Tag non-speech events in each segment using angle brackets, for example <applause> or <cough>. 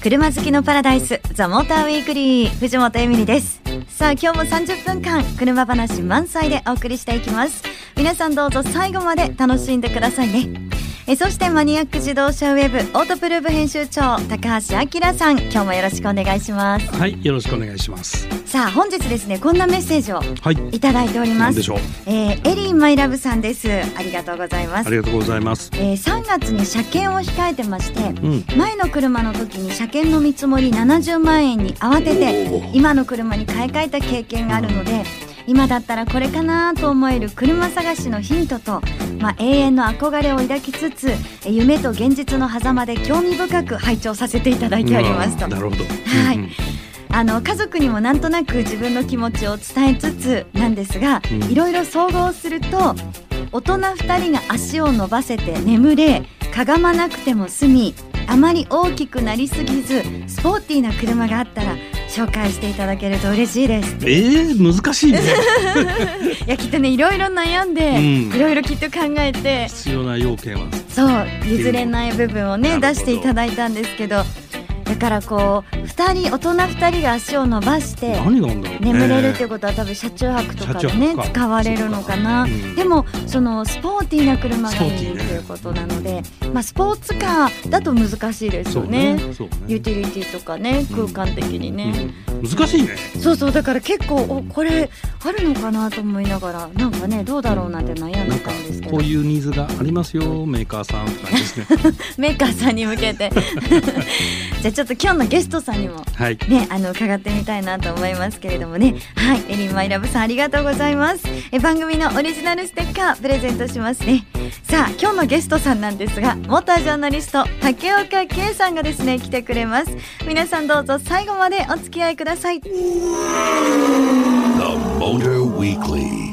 車好きのパラダイスザモーターウィークリー藤本恵美里ですさあ今日も30分間車話満載でお送りしていきます皆さんどうぞ最後まで楽しんでくださいねえそしてマニアック自動車ウェブオートプルーブ編集長高橋明さん今日もよろしくお願いしますはい、よろしくお願いします。さあ本日ですねこんなメッセージをはい、いただいておりまなんすでしょう。えーエリーマイラブさんですありがとうございまあすりがとうございます。えー3月に車検を控えてましてうん、前の車の時に車検の見積もり70万円に慌ておてー今の車に買い替えた経験があるので今だったらこれかなと思える車探しのヒントと、まあ、永遠の憧れを抱きつつえ夢と現実の狭間で興味深く拝聴させていただいておりますとうんなるほど。はいうんうんあの家族にもなんとなく自分の気持ちを伝えつつなんですが、うんいろいろ総合すると大人2人が足を伸ばせて眠れかがまなくても済みあまり大きくなりすぎずスポーティーな車があったら紹介していただけると嬉しいです。えー、難 <laughs> しいね。いやきっとねいろいろ悩んで、うんいろいろきっと考えて必要な要件は。そう譲れない部分をねなるほど出していただいたんですけどだからこう2人大人2人が足を伸ばして。何があんだろう、ね。眠れるっていうことは多分車中泊とかで車中ね泊か使われるのかな、うんでもそのスポーティーな車がいスポーティーいねということなので、まあ、スポーツカーだと難しいですそようねね。そうユねー。ティリティとかね空間的にね、うん難しいね。そうそうだから結構おこれあるのかなと思いながらなんかねどうだろうなんて悩んなでんかたんですけこどういうニーズがありますよメーカーさんって感じですね。 <laughs> メーカーさんに向けて <laughs> じゃあちょっと今日のゲストさんにもはい。ね、あの伺ってみたいなと思いますけれどもねはいエリンマイラブさんありがとうございますえ番組のオリジナルステッカープレゼントしますねさあ今日のゲストさんなんですがモータージャーナリスト竹岡圭さんがですね来てくれます皆さんどうぞ最後までお付き合いください The Motor Weekly.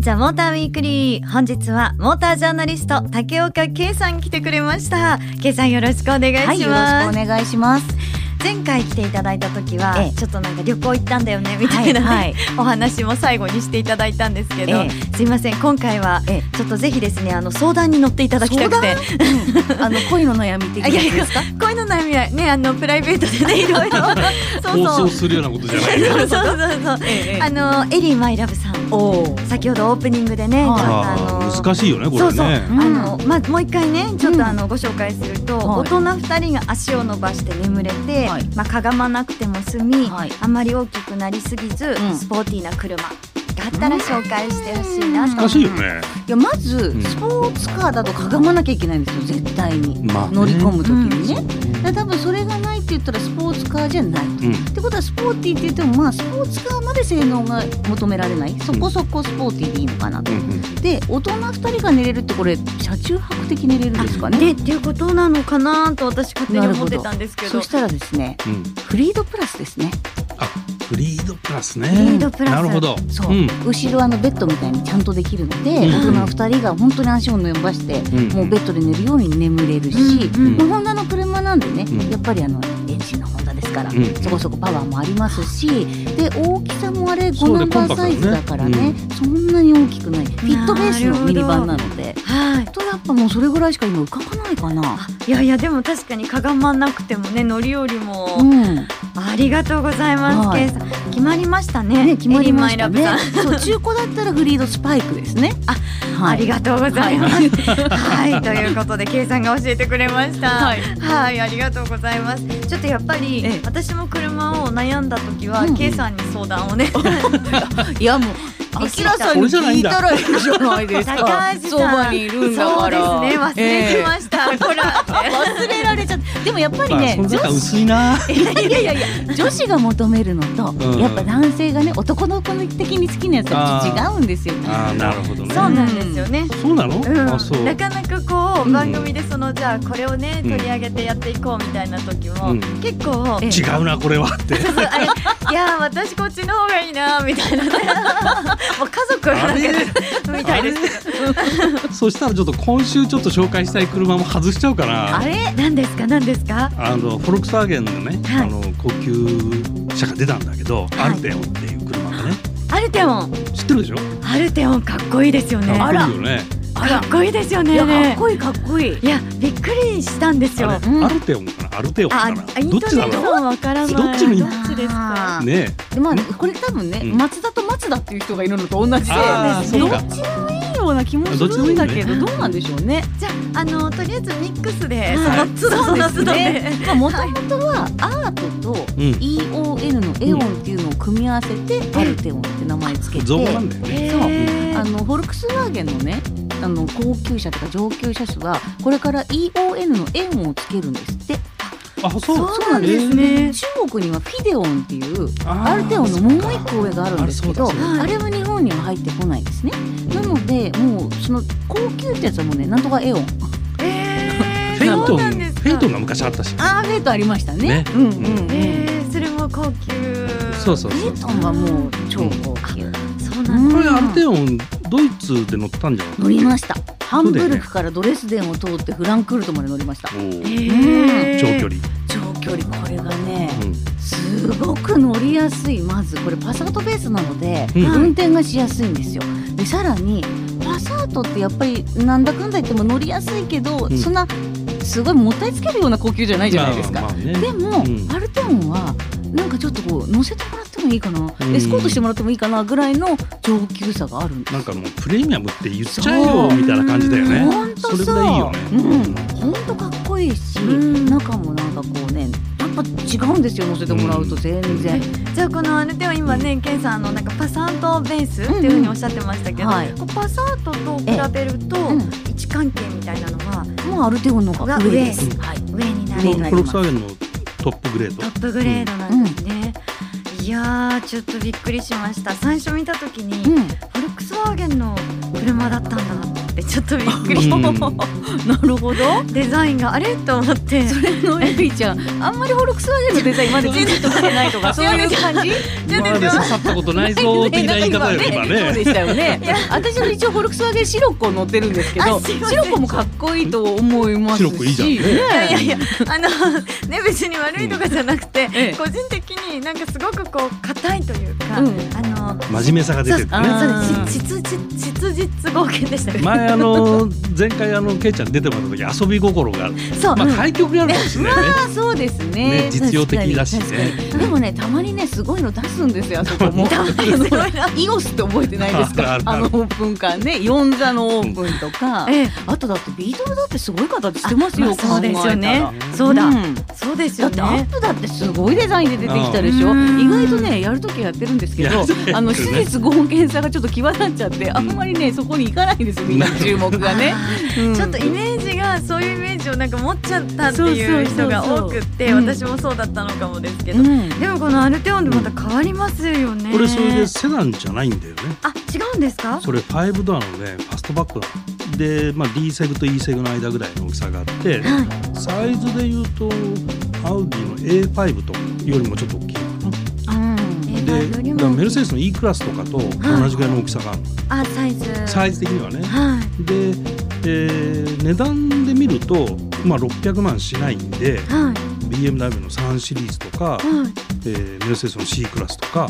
ザ・モーターウィークリー本日はモータージャーナリスト竹岡圭さん来てくれました圭さんよろしくお願いします、はい、よろしくお願いします。前回来ていただいた時は、ええちょっとなんか旅行行ったんだよねみたいな、ねはいはい <laughs> お話も最後にしていただいたんですけど、えすいません今回は、えちょっとぜひですねあの相談に乗っていただきたくてあの恋の悩み的あないややいつでやすか。恋の悩みはねあのプライベートで <laughs> ねいろいろそう放そ送うするようなことじゃないそうよ。そうそうそうあのエリーマイラブさんおお。先ほどオープニングでね、はいちょっとあのー難しいよねこれね。そうそううんあのまもう一回ねちょっうんとあの、ご紹介すると、はい大人2人が足を伸ばして眠れて、はいまあ、かがまなくても済み、はいあまり大きくなりすぎず、んスポーティーな車があったら紹介してほしいなと、難しいよね。いやまずんスポーツカーだとかがまなきゃいけないんですよ絶対に、まあね乗り込む時にね。だから多分それがないって言ったらスポーツカーじゃない。うん。ってことはスポーティーって言ってもまあスポーツカーまで性能が求められないそこそこスポーティーでいいのかなと。うんうんで大人2人が寝れるってこれ車中泊的寝れるんですかね。でっていうことなのかなと私勝手に思ってたんですけどそしたらですねうん。フリードプラスですね。あフリードプラスね。リードプラスなるほど。そう、ん後ろあのベッドみたいにちゃんとできるので、うん大人2人が本当に足を伸ばして、うんもうベッドで寝るように眠れるし、うんうんもうホンダの車なんでね、うんやっぱりあのエンジンのホンダですから、うんそこそこパワーもありますしで大きさもあれそうね5ナンバーサイズだからねコンそんなに大きくないフィットベースのミニバンなので。はいとやっぱもうそれぐらいしか今浮かばないかな。いやいやでも確かにかがまなくてもね乗り降りも、うん。ありがとうございます、はいケイさん決まりましたねね決まりましたエリーマイねラブさん。そう中古だったらフリードスパイクですね。あ、ありがとうございます。はい、ということで、けいさんが教えてくれました。はい、ありがとうございます。ちょっとやっぱり、ええ私も車を悩んだ時は、うんけいさんに相談をね。いやもう、えあきらさんに聞いたらいいじゃないです高か橋。さん。そばにいるんだから。そうですね、忘れてました。ほら、ええ忘れられちゃった。でもやっぱりまあね、その女中子薄いな。いやいやいやいや、女子が求めるのと、うんやっぱ男性がね、男の子的に好きなやつはちょっと違うんですよね。ああなるほどね。そうなんですよね。そうなの？うん、あそう。なかなかこう、うん番組でそのじゃあこれをねうん取り上げてやっていこうみたいな時も、うん結構、ええ違うなこれはって。いやー私こっちの方がいいなーみたいなねもう家族がなんかみたいですそしたらちょっと今週ちょっと紹介したい車も外しちゃうかあら。れ何ですか何ですかあのフォルクスワーゲンのね、はいあの高級車が出たんだけど、はいアルテオンっていう車がね、アルテオン知ってるでしょ？アルテオンかっこいいですよねかっこいいよね。あかっこいいですよいねやかっいこいいかっこいいいやびっくりしたんですよあれ、うんアルテオンかなアルテオンあかなインどっトちネだーショろンわからないどっちのインどっちですかあうーねでまあこれ多分ね、うん松田と松田っていう人がいるのと同じであーそうどっかちもいいような気もするんだどっちけどでもいいよねどうなんでしょうね。じゃああのとりあえずミックスで、はいその都度その都度でそうですねまあもともとはアートとう、うん、 EON のエオンっていうのを組み合わせてアルテオンって名前つけて、造語なんだよね、そうへーあのフォルクスワーゲンのねあの高級車とか上級車種がこれから EON のエオンをつけるんですってあそうそうなんですね中国にはフィデオンっていうあーアルテオンのもう一個上があるんですけどあれそうだそうだあれは日本には入ってこないですねなのでもうその高級ってやつはもうねなんとかエオンえーフェイそトうンなんフですかェイトンが昔あったしあーフェイトありましたねねうんうんうん、えフーそれも高級そうそうェイトンはもう超高級、そうなんだこれアルテオンドイツで乗ったんじゃな乗りまししたハンブルクからドレスデンを通ってフランクフルトまで乗りましたおおへー長距離、長距離これがねうんすごく乗りやすいまずこれパサートベースなので、うん運転がしやすいんですよでさらにパサートってやっぱりなんだかんだ言っても乗りやすいけど、うんそんなすごいもったいつけるような高級じゃないじゃないですか、まあまあねでも、うんアルテオンはなんかちょっとこう乗せてもらってもいいかな、うんエスコートしてもらってもいいかなぐらいの上級さがあるんですなんかもうプレミアムって言っちゃえよみたいな感じだよねほんとそれぐそうらいいいよね、うん、ほんとかっこいいし、うん中もなんかこうねやっぱ違うんですよ乗せてもらうと全然、じゃあこのアルテオン今ねケンさんあのなんかパサートベースっていうふうにおっしゃってましたけど、はいこうパサートと比べると位置関係みたいなのはもうアルテオンの方が上です上はい上にな上るになフォルクスワーゲンのトップグレードトップグレードなんですね、いやーちょっとびっくりしました最初見た時に、うん、フォルクスワーゲンの車だったんだってちょっとびっく <laughs> り、うなるほど。デザインがあれと思ってそれのエビちゃん、あんまりホルクスワーゲンのデザインまで全然と見てない <laughs> とか、そういう感じ。今まで刺さったことないぞ的な言い方よね今そうねでしたよね。私の一応ホルクスワーゲンシロコ乗ってるんですけど、あすいシませんロコもかっこいいと思いますし。シ <laughs> ロコいいじゃんねいやいやいやあのね別に悪いとかじゃなくて、ええ個人的になんかすごくこう硬いというか、うんあの真面目さが出てるそうあねそうですし実実実実合計でしたね、前あの前回あのケイちゃん出てもらった時遊び心がそう、まあ対局にあるかもしれないねあ、そうですねね。実用的だしね確かに。確かにでもね、たまにね、すごいの出すんですよ。あそこも。たまにすごいなあのほらイオスって覚えてないですか。ああるあるのオープンカーね、四座のオープンとか。ええあとだってビートルだってすごい形してますよ、あまあそうですよね考えたらそうだんそうですだよってアッねプだってすごいデザインで出てきたでしょうん意外とねやるときやってるんですけどやってるねあの私立合憲さがちょっと際立っちゃってあんまりねそこに行かないんですよみんな注目がね、うんちょっとイメージがそういうイメージをなんか持っちゃったっていう人が多くってそうそうそう私もそうだったのかもですけど、うんでもこのアルテオンでまた変わりますよね、これそれでセダンじゃないんだよねあ違うんですかそれ5ドアのねファストバックだで、まあ、D セグと E セグの間ぐらいの大きさがあってはサイズでいうとアウディの A5 とよりもちょっと大きいかなえーうんまあよりでもだからメルセデスの E クラスとかと同じぐらいの大きさがあるのあサイズサイズ的にはねはいで、えー値段で見ると、まあ、600万しないんではい BMW の3シリーズとか、はいえーメルセデスの C クラスとか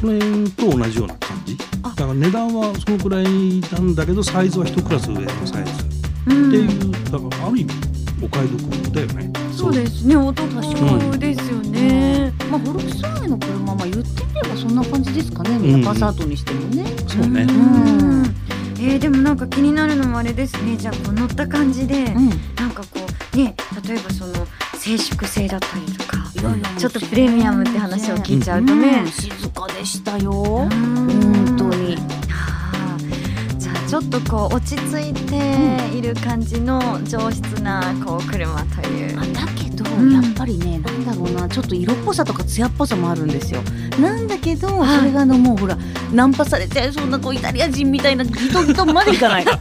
その辺と同じような感じだから値段はそのくらいなんだけどサイズは1クラス上のサイズっうんていう、だからある意味お買い得だよねそうですね、お得ですよね。まあホルクスワーゲンの車、まあ、言ってみればそんな感じですかねみんなパサートにしてもね、そうねんえー、でもなんか気になるのもあれですね。じゃあこう乗った感じで、うんなんかこうね、例えばその静粛性だったりとか、いろいろちょっとプレミアムって話を聞いちゃうとうんね。静かでしたよ本本当。にあーじゃあちょっとこう落ち着いている感じの上質なこう車という。あだけど、うんやっぱりねなんだろうなちょっと色っぽさとか艶っぽさもあるんですよなんだけど、いそれがあのもうほらナンパされてそんなこうイタリア人みたいなギトギトまでいかないこ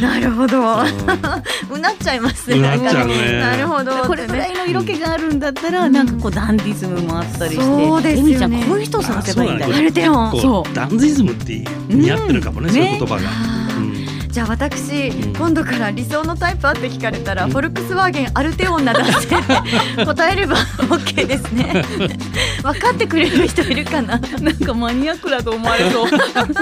なるほど。 <laughs> うんうなっちゃいますね。うなっちゃうね <laughs> なんかなるほど。れぐらっいの色気があるんだったら、うんなんかこうダンディズムもあったりしてそうですよねエミちゃんこういう人を探せばいいんだあよてね。アルテオン。こうダンディズムって似合ってるかもね、うんそういう言葉が、あーじゃあ私、うん今度から理想のタイプはって聞かれたら、うんフォルクスワーゲンアルテオンな男性って答えれば <laughs> OK です <laughs> ね分かってくれる人いるかなね <laughs> なんかマニアックだと思われそうそうそうで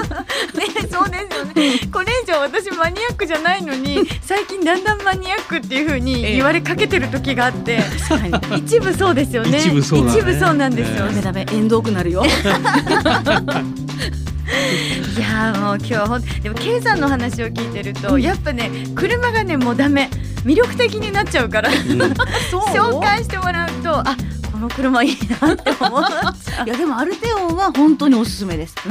すよねこれ以上私マニアックじゃないのに最近だんだんマニアックっていう風に言われかけてる時があって、確かに一部そうですよね一部そうだね一部そうなんですよ、えダメダメ縁遠くなるよいやーもう今日はほんでも K さんの話を聞いてると、やっぱね車がねもうダメ魅力的になっちゃうからうんそう紹介してもらうとあこの車いいなって思ういやでもアルテオンは本当におすすめですかっ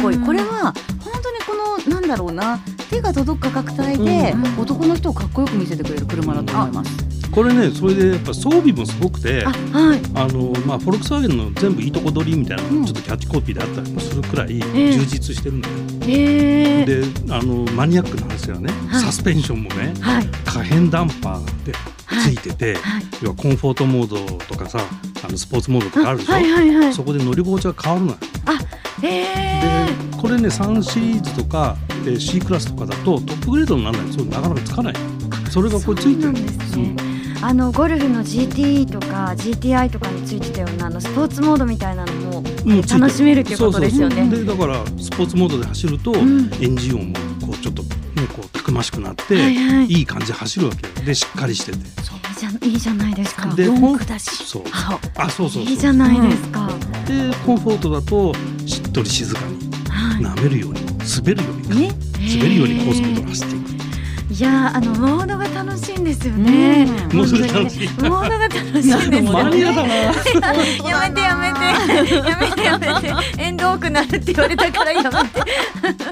こいいこれは本当にこのなんだろうな手が届く価格帯でうん男の人をかっこよく見せてくれる車だと思います、これねそれでやっぱ装備もすごくてあはいあのまあ、フォルクスワーゲンの全部いいとこ取りみたいな、うんちょっとキャッチコピーであったりもするくらいえ充実してるんだよ、へえであのマニアックなんですよね、はいサスペンションもねはい可変ダンパーってはついいてて、はい要はコンフォートモードとかさあのスポーツモードとかあるでしょ、はいはいはいそこで乗り心地が変わるのよへえでこれね3シリーズとかえー C クラスとかだとトップグレードにならないとなかなかつかないそれがこれついてそうなるんですねあのゴルフの GT とか GTI とかについてたようなあのスポーツモードみたいなのもうんついて楽しめるっていうことですよねそうそうそうでだからスポーツモードで走ると、んエンジン音もこうちょっと、ね、こうたくましくなって、はいいはいい、感じで走るわけよでしっかりしててそういいじゃんいいじゃないですかで四駆だしそうああそうそうそういいじゃないですか、でコンフォートだとしっとり静かにはい舐めるように滑るようにかね滑るように高速道路走っていいやーあのモードが楽しいんですよね、くもうそれ楽しいモードが楽しいんですよ <laughs> ねマニアだなやめてやめてやめてやめて遠遠くなるって言われたからやめて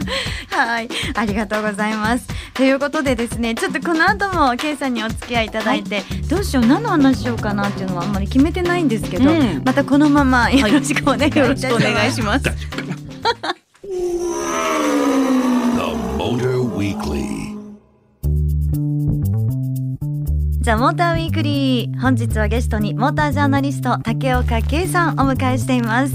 <laughs> はいありがとうございますということでですねちょっとこの後も K さんにお付き合いいただいて、どうしよう何の話しようかなっていうのはあんまり決めてないんですけど、うんまたこのままよろしくお願いいたよろしします、くお願いします The Motor Weekly. ザ・モーターウィークリー本日はゲストにモータージャーナリスト竹岡圭さんをお迎えしています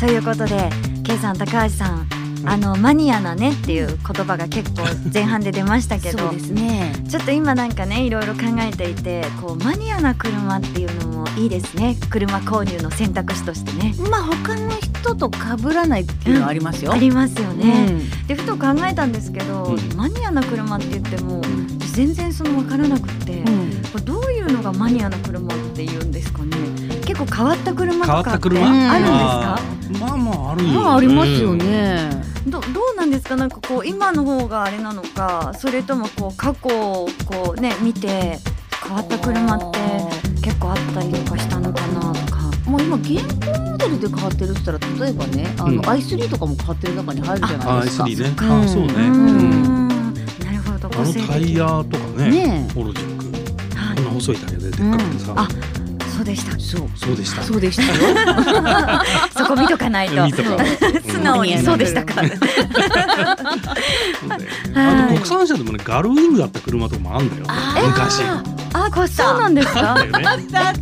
ということで圭さん高橋さんあのマニアなねっていう言葉が結構前半で出ましたけそどうですねちょっと今なんかねいろいろ考えていてこうマニアな車っていうのもいいですね車購入の選択肢としてねまあ他の人と被らないっていうのはありますよ、ありますよねね、でふと考えたんですけど、うんマニアな車って言っても全然その分からなくって、これどういうのがマニアな車っていうんですかね結構変わった車変わとっかたって車あるんあですかーまあまああるよ、ね、まあありますよね、どどうなんですかなんかこう今の方があれなのかそれともこう過去をこうね見て変わった車って結構あったりとかしたのかなとかもう今現行モデルで変わってるって言ったら例えばねあの、うん i3 とかも変わってる中に入るじゃないあですか。 S3 ねうんあそうね、うーんなるほどあ個の性タイ的ヤとかねねオロジックはこんない細いタイヤででっかくてさ、うんあそうでしたそうそうでしたそうでしたよ。 <laughs> そこ見とかないと見たか <laughs> 素直にうんそうでしたかそうだよねあはいと国産車でもねガルウィングだった車とかもあんだよあー昔ああこそうなんですかだよね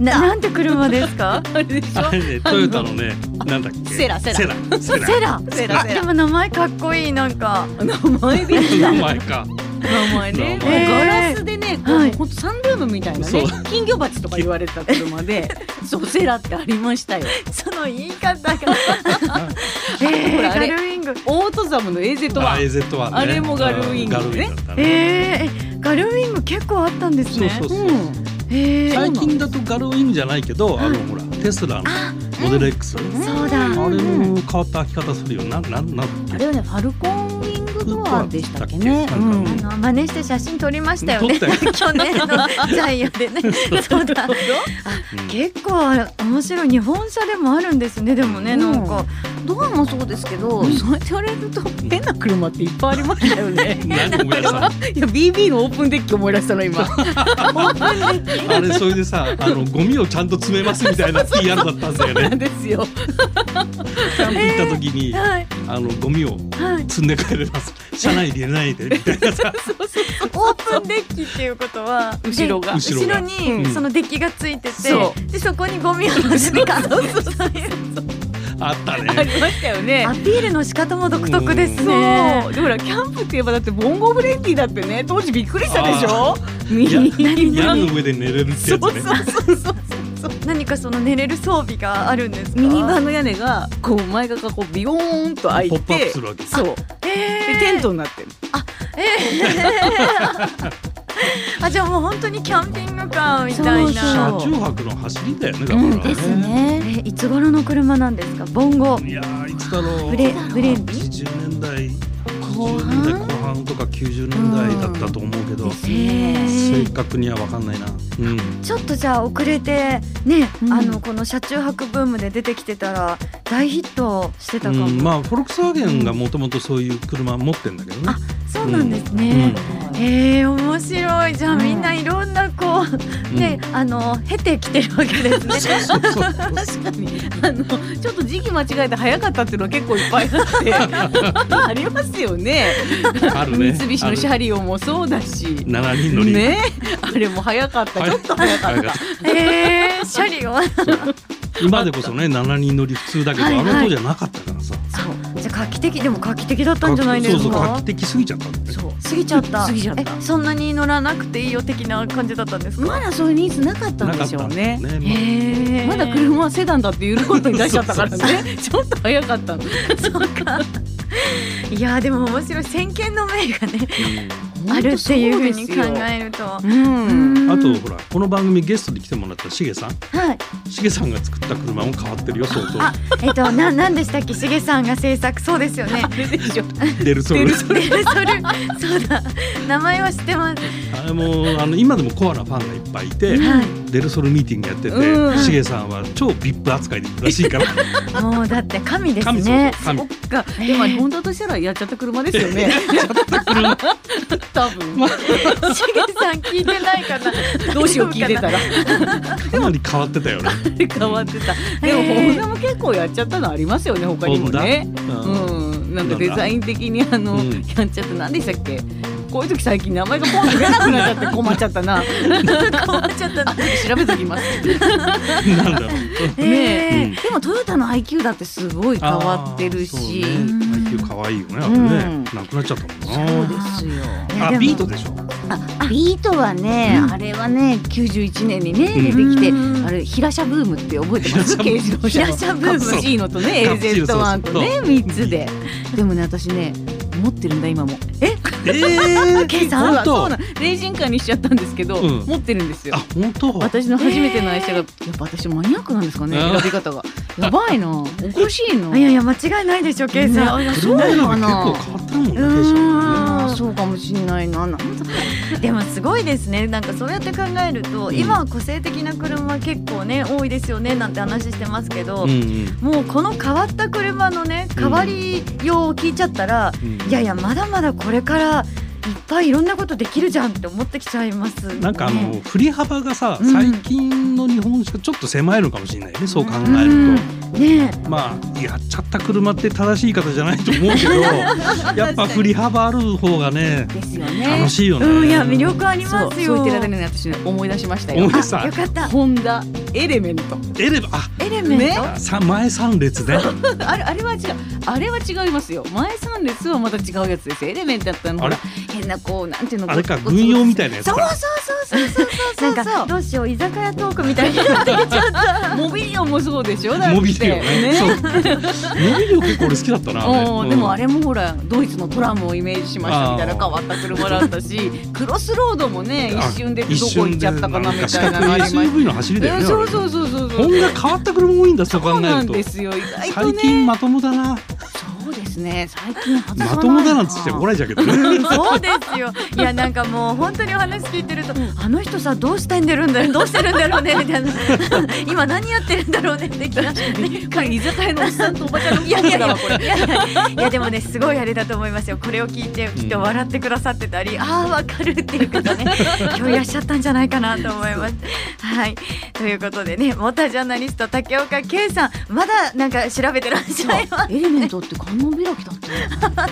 ななんて車ですかあれでしあれねトヨタのねなんだっけセラセラセラセラセラセラセでラ。も名前かっこいいなんか名前で名前か名前名ね。前ガラスでね、こはいうほんとサンルームみたいなそねう、金魚鉢とか言われた車で、 <laughs> そうセラってありましたよ。その言い方が <laughs> えほー、らあガれルウィングオートザムの AZ あは AZ1 ねあれもガルウィングうんねガルウィングだったねえー、ガルウィング結構あったんですそうねそうう。そうんえー、最近だとガルウィングじゃないけどあのほらテスラのモデル X そうだあれんも変わった開き方するよななんなんだあっれはね、ファルコンウィングドアでしたっけね。ドアだったっけなんかあの真似して写真撮りましたよね撮った <laughs> 去年のジャイアンでねそうだけうん結構あれ面白い日本車でもあるんですねでもね、うんなんかドアもそうですけど、そうやって言われると変な車っていっぱいありましたよね。何ごめんなさいいや BB のオープンデッキ思い出したの今。あれそれでさあのゴミをちゃんと詰めますみたいな PR だったんだよなんね <laughs> ですよ。キャンプ行った時にはいあのゴミをはい積んで帰れます車内入れないでみたいなさオープンデッキっていうことはで後ろが後ろうにんそのデッキがついてて、そでそこにゴミを出してかあったあねりましたよねア。ピールの仕方も独特ですねそう。でほらキャンプって言えばだってボンゴブレンディだってね当時びっくりしたでしょ。みんいやな屋根の上で寝れるってやそうそうつねそうそうそう。何かその寝れる装備があるんですかミニバンの屋根がこう前がこうビヨーンと開いポップてアップするわけですそうでえーテントになってるあじゃあもう本当にキャンピングカーみたいなそう車そ中泊の走りだよねだから、うんですね。えいつ頃の車なんですかボンゴいやーいつだろうブレブレンディ80年代後80半年代後半とか90年代だったと思うけど、です正え確には分かんないな、うん、ちょっとじゃあ遅れてね、うんあのこの車中泊ブームで出てきてたら大ヒットしてたかも、うんまあフォルクスワーゲンがもともとそういう車持ってんだけどねあそうなんですね、えー、面白いじゃあみんないろんなこう、うんねあの経てきてるわけですねそうそうそうそう確かにあのちょっと時期間違えて早かったっていうのは結構いっぱいあっ <laughs> てありますよねあるね三菱のシャリオもそうだしある7人乗り、ねあれも早かったはいちょっと早かっはいえー、シャリオ <laughs> 今でこそね7人乗り普通だけど、はいはいあの当時はなかったからさじゃあ画期的でも画期的だったんじゃないですかそうそう画期的すぎちゃったんだよたねそう過ぎちゃった <laughs> 過ぎちゃったえそんなに乗らなくていいよ的な感じだったんですか、まだそういうニーズなかったんなかでっしたょうんだよねねへーまだ車はセダンだっていうことに出しちゃったからねちょっと早かったのそうか <laughs> いやでも面白い先見の明がねある本当っていうふうにそ考ですよえるとうんあとほらこの番組ゲストで来てもらったしげさんはいしげさんが作った車も変わってるよ相あえっとななんでしたっけしげさんが制作そうですよ <laughs> ねあれでしょ当デルソル <laughs> デルソルそうだ名前は知ってますあれもあの今でもコアなファンがいっぱいいて、はデルソルミーティングやってうてんしげさんは超 VIP 扱いでいるらしいから <laughs> いもうだって神です神そうねそう神が、でもあれ本当としたらやっちゃった車ですよね。しげ多分、さん聞いてないかな <laughs> どうしよう聞いてたらかなり変わってたよね変わってた。でもへーホンダも結構やっちゃったのありますよね他にもね。うんうん、なんかデザイン的にあの、うんやっちゃった何でしたっけ？こういう時最近名前がポンと出なくなっ <laughs> ちゃって困っちゃったな。困っちゃったな調べときます。なんだろうねうんでもトヨタの IQ だってすごい <laughs> 変わってるし。あーそうね IQ 可愛いよねあれうんねなくなっちゃったもんなそうですよ。いやあでもビートでしょあビートはね、うんあれはね91年にね出てきて、あれ平車ブームって覚えてます軽自動車の平車ブームカプチーノとねカプチーノ AZ1 とねそうそう3つででもね私ね持ってるんだ今もえーケイさんそう本な当そうなレイジンカーにしちゃったんですけど、うん持ってるんですよあ本当私の初めての愛車が、やっぱ私マニアックなんですかねあー選び方がやばいなおかしいないやいや間違いないでしょけいさんねあそう車な選び結のかな構変わってるもんねケイさんねうあんーそうかもしんないななんだでもすごいですねなんかそうやって考えると、うん今は個性的な車結構ね多いですよねなんて話してますけど、うんもうこの変わった車のね変わりようを聞いちゃったら、うんうんいやいやまだまだこれからいっぱいいろんなことできるじゃんって思ってきちゃいます、なんかあのね振り幅がさうん最近の日本車ちょっと狭いのかもしれないねそう考えうんるねとまあやっちゃった車って正しい言い方じゃないと思うけ <laughs> どやっぱ振り幅ある方がねですよ楽ねしいよえねうんいや魅力ありそまうすそうよ言ってる間にね私ね思い出しましたよ思い出したあよかったホンダエレメントエレベあエレメント、ねさ前三列 <laughs> ねあれあれは違うあれは違いますよ前三列はまた違うやつですよエレメントだったのあほれら変なこうなんていうのあれかこうこう軍用みたいなやつそうかそうそうそうそなうんそうそかどうしよう居酒屋トークみたいなうモビリオンもそうでしょだってモビリオねそうモビリオ結構俺好きだった <laughs> なおーれでもうんあれもほらドイツのトラムをイメージしましたみたいなあー変わった車だったしクロスロードもねあ一瞬でどこ行っちゃったかなみたいなのありま一瞬でんか四角いした SUV の走りだよえねそうそううそうそうこんな変わった車多いんだそう考そうえなるんとですよ意外と最ね近まともだなそうですね最近外さないまともだなんつって怒られちゃうけどねそうですよい <laughs> やなんかもう本当にお話聞いてるとあの人さどうしてんでるんだよどう <laughs> してるんだろうねみたいな <laughs> 今何やってるんだろうね的なこれ居酒屋のおっさんとおばちゃんのいやいやいやこれいやいやいやでもねすごいあれだと思いますよこれを聞いてきっと笑ってくださってたり、ああわかるっていう方 <laughs> ね今日いらっしゃったんじゃないかなと思います。はいということでねモータージャーナリスト竹岡圭さんまだなんか調べてらっしゃいますエレメントって観音開きだった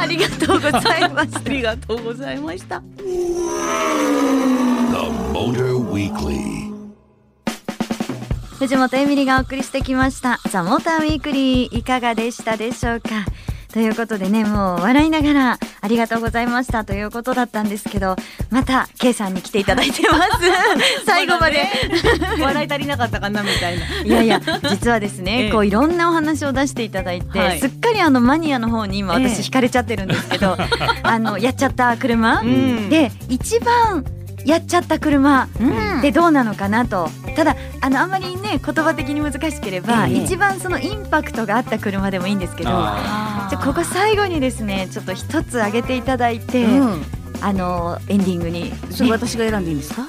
ありがとうございましあた。りがとうございました。 The Motor Weekly. 藤本エミリがお送りしてきました「ザ・モーターウィークリーいかがでしたでしょうかということでねもう笑いながらありがとうございましたということだったんですけどまた K さんに来ていただいてます <laughs> 最後まで、笑い足りなかったかなみたいな。いやいや実はですね、 <laughs> ええこういろんなお話を出していただいて、はいすっかりあのマニアの方に今ええ私惹かれちゃってるんです <laughs> けど、あのやっちゃった車、んで一番やっちゃった車うんでどうなのかなとただあのあんまりね言葉的に難しければ、ええ一番そのインパクトがあった車でもいいんですけどじあゃあここ最後にですねちょっと一つ挙げていただいて、うん、あのエンディングに、ね、それ私が選んでいいんですか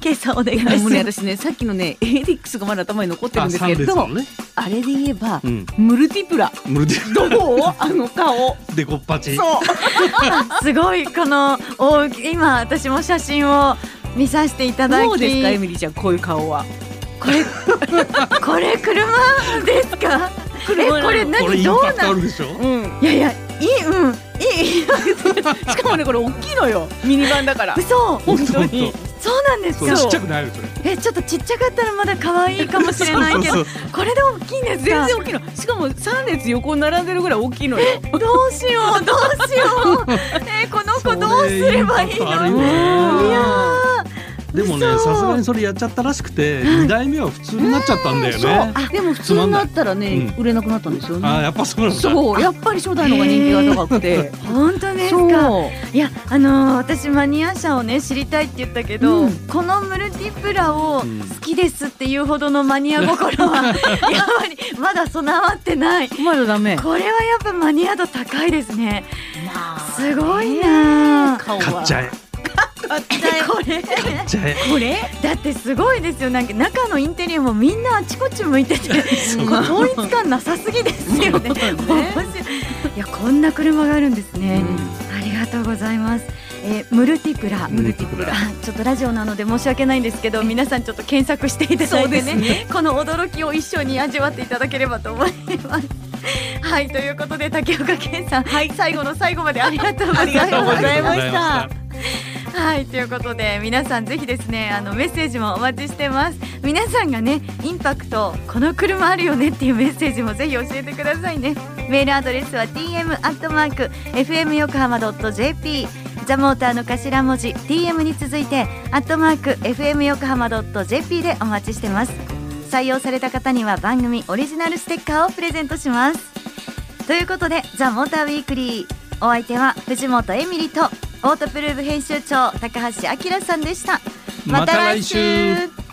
ケイさんお願いしい <laughs> やもうね <laughs> ます。私ねさっきのねエディックスがまだ頭に残ってるんですけ三列どの、ね、あれで言えばうん、ムルティプラムルデどうあの顔デコッパチそうすごいこの大受け今私も写真を見させていただきどうですかエミリーちゃんこういう顔はこ <laughs> れこれ車ですかえなのこれこれイ何ンどうパクトなあんるでしょうんいやいやいいうんいいしかもねこれ大きいのよミニバンだから嘘本当にそうなんですそうかちっちゃくないよそれえちょっとちっちゃかったらまだ可愛いかもしれないけどそうそうこれで大きいんです全か然大きいのしかも三列横に並んでるぐらい大きいのよどうしようどうしようえこのそう子どうすればいいそれインパクトあるのよいねやでもね嘘さすがにそれやっちゃったらしくて、二代目は普通になっちゃったんだよね、そうでも普通になったらつまんねない売れなくなったんですよあーねやっぱそうなんだそうやっぱり初代の方が人気が高 <laughs> くてー本当ですそうかいやあのー私マニア車をね知りたいって言ったけど、うんこのムルティプラうを好んきですっていうほどのマニア心はやはりまだ備わってないまだダメこれはやっぱマニア度高いですねすごいなあ顔買はっちゃえこれ買っちゃえこれだってすごいですよなんか中のインテリアもみんなあちこち向いててこう統一感なさすぎですよね面白いいやこんな車があるんですね、ありがとうございますえームルティプラムルティプラあちょっとラジオなので申し訳ないんですけど皆さんちょっと検索していただいてねこの驚きを一緒に味わっていただければと思います。はいということで竹岡健さん、最後の最後までありがとうございまありがとうございし。ましたはいということで皆さんぜひですねあのメッセージもお待ちしてます皆さんがねインパクトこの車あるよねっていうメッセージもぜひ教えてくださいねメールアドレスは tm アットマーク fm 横浜ドット jp ザモーターの頭文字 tm に続いてアットマーク fm 横浜ドット jp でお待ちしてます採用された方には番組オリジナルステッカーをプレゼントしますということで「ザ・モーターウィークリーお相手は藤本エミリとオートプルーブ編集長高橋明さんでしたまた来週また来週